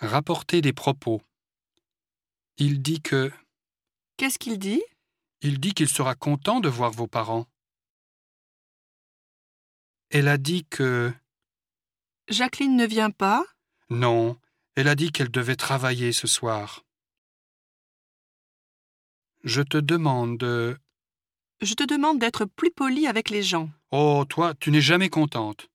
Rapporter des propos. Il dit que. Qu'est-ce qu'il dit Il dit qu'il sera content de voir vos parents. Elle a dit que. Jacqueline ne vient pas Non, elle a dit qu'elle devait travailler ce soir. Je te demande. euh, Je te demande d'être plus poli avec les gens. Oh, toi, tu n'es jamais contente.